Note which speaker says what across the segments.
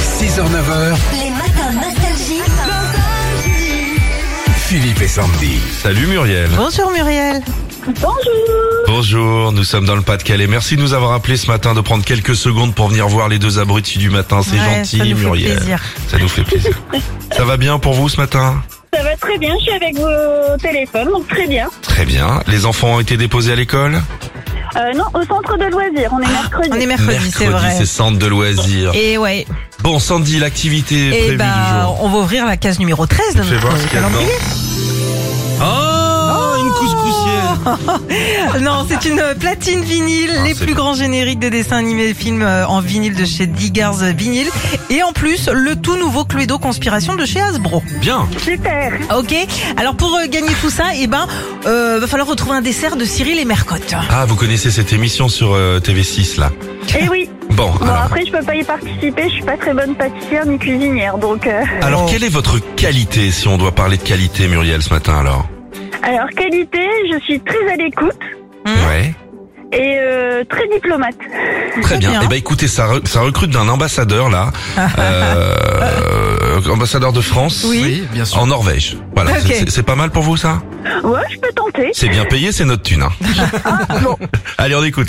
Speaker 1: 6h-9h,
Speaker 2: Les matins nostalgie.
Speaker 1: Philippe et Sandy.
Speaker 3: Salut Muriel.
Speaker 4: Bonjour Muriel.
Speaker 3: Bonjour, nous sommes dans le Pas-de-Calais. Merci de nous avoir appelés ce matin, de prendre quelques secondes pour venir voir les deux abrutis du matin. C'est
Speaker 4: Ouais,
Speaker 3: gentil
Speaker 4: ça nous fait
Speaker 3: Muriel.
Speaker 4: plaisir.
Speaker 3: Ça nous fait plaisir. ça va bien pour vous ce matin
Speaker 5: Ça va très bien, je suis avec vos téléphones, donc très bien.
Speaker 3: Très bien. Les enfants ont été déposés à l'école
Speaker 5: Euh, non, au centre de loisirs, on est mercredi.
Speaker 4: On est mercredi, c'est vrai.
Speaker 3: c'est centre de loisirs.
Speaker 4: Et ouais,
Speaker 3: Bon Sandy, l'activité
Speaker 4: et
Speaker 3: prévue du
Speaker 4: bah
Speaker 3: jour.
Speaker 4: on va ouvrir la case numéro 13 de
Speaker 3: Fais voir
Speaker 4: notre
Speaker 3: ce qu'il y a dedans.
Speaker 4: calendrier.
Speaker 3: Ah, une couscoussière.
Speaker 4: Non, c'est une euh, platine vinyle,
Speaker 3: Ah,
Speaker 4: les
Speaker 3: c'est
Speaker 4: plus
Speaker 3: bon.
Speaker 4: grands génériques de dessins animés et films euh, en vinyle de chez Diggers Vinyl et en plus le tout nouveau Cluedo Conspiration de chez Hasbro.
Speaker 3: Bien.
Speaker 5: Super.
Speaker 4: OK Alors pour euh, gagner tout ça, eh ben euh, va falloir retrouver un dessert de Cyril et Mercotte.
Speaker 3: Ah, vous connaissez cette émission sur euh, TV6 là.
Speaker 5: Et Eh oui.
Speaker 3: Bon,
Speaker 5: Bon,
Speaker 3: alors,
Speaker 5: après, je peux pas y participer, je suis pas très bonne pâtissière ni cuisinière, donc. euh,
Speaker 3: alors quelle est votre qualité si on doit parler de qualité Muriel ce matin alors
Speaker 5: Alors, qualité, je suis très à l'écoute
Speaker 4: Hmm.
Speaker 3: Ouais.
Speaker 5: et euh, très diplomate.
Speaker 3: Très bien.
Speaker 4: bien.
Speaker 3: Eh ben écoutez, ça, re- ça recrute d'un ambassadeur là, euh, ambassadeur de France
Speaker 4: Oui.
Speaker 1: bien
Speaker 3: en Norvège. Voilà,
Speaker 4: Ok.
Speaker 3: C'est- c'est- c'est pas mal pour vous ça
Speaker 5: Ouais, je peux tenter.
Speaker 3: C'est bien payé, c'est notre thune. hein. Allez, on écoute.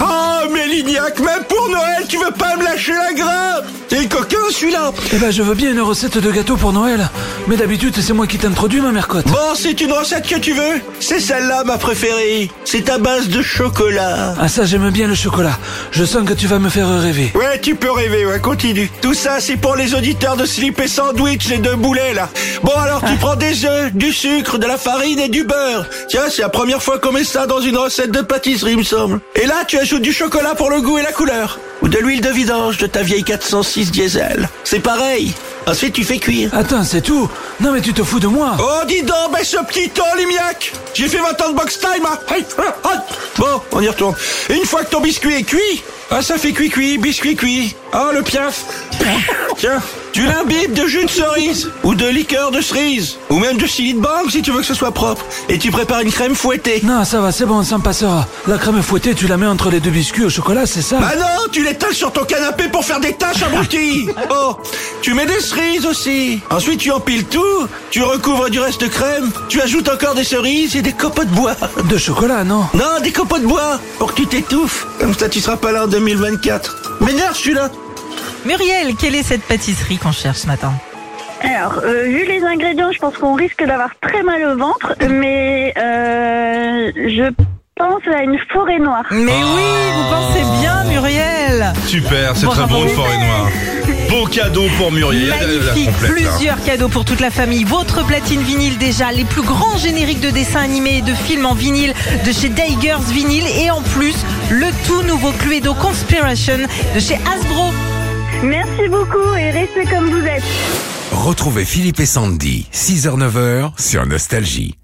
Speaker 6: Ah, mais Lignac, même pour Noël, tu veux pas me lâcher la grappe T'es coquin, celui-là
Speaker 7: Eh ben, je veux bien une recette de gâteau pour Noël. Mais d'habitude, c'est moi qui t'introduis, ma mère cote.
Speaker 6: Bon, c'est une recette que tu veux C'est celle-là, ma préférée. C'est à base de chocolat.
Speaker 7: Ah, ça, j'aime bien le chocolat. Je sens que tu vas me faire rêver.
Speaker 6: Ouais, tu peux rêver, ouais, continue. Tout ça, c'est pour les auditeurs de Slip et Sandwich, les deux boulets, là. Bon, alors, tu prends des œufs, du sucre, de la farine et du beurre. Tiens, c'est la première fois qu'on met ça dans une recette de pâtisserie, il me semble. Et là, tu ajoutes du chocolat pour le goût et la couleur. Ou de l'huile de vidange de ta vieille 406 diesel. C'est pareil. Ensuite, tu fais cuire.
Speaker 7: Attends, c'est tout Non, mais tu te fous de moi
Speaker 6: Oh, dis donc, ben ce petit temps, Limiac J'ai fait 20 ans de box time, hein. Hey, ah, ah. Bon, on y retourne. Et une fois que ton biscuit est cuit, ah, ça fait cuit-cuit, biscuit-cuit. Ah, le piaf Tiens, tu l'imbibes de jus de cerise, ou de liqueur de cerise, ou même de chili de banque si tu veux que ce soit propre. Et tu prépares une crème fouettée.
Speaker 7: Non, ça va, c'est bon, on s'en passera. La crème fouettée, tu la mets entre les deux biscuits au chocolat, c'est ça
Speaker 6: Bah non, tu l'étales sur ton canapé pour faire des tâches abruti. Oh, tu mets des cerises aussi. Ensuite, tu empiles tout, tu recouvres du reste de crème, tu ajoutes encore des cerises et des copeaux de bois.
Speaker 7: De chocolat, non
Speaker 6: Non, des copeaux de bois pour que tu t'étouffes. Comme ça, tu seras pas là en 2024. M'énerve celui-là.
Speaker 4: Muriel, quelle est cette pâtisserie qu'on cherche ce matin
Speaker 5: Alors, euh, vu les ingrédients, je pense qu'on risque d'avoir très mal au ventre, mais euh, je pense à une forêt noire.
Speaker 4: Mais
Speaker 3: Ah.
Speaker 4: oui, vous pensez bien Muriel.
Speaker 3: Super, c'est
Speaker 4: Bravo.
Speaker 3: très bon une forêt noire. Beau cadeau pour Muriel. La- la
Speaker 4: Magnifique,
Speaker 3: complète, là.
Speaker 4: plusieurs cadeaux pour toute la famille. Votre platine vinyle déjà, les plus grands génériques de dessins animés et de films en vinyle de chez Digers Vinyl et en plus le tout nouveau Cluedo Conspiration de chez Hasbro.
Speaker 5: Merci beaucoup et restez comme vous êtes.
Speaker 1: Retrouvez Philippe et Sandy, 6h-9h sur Nostalgie.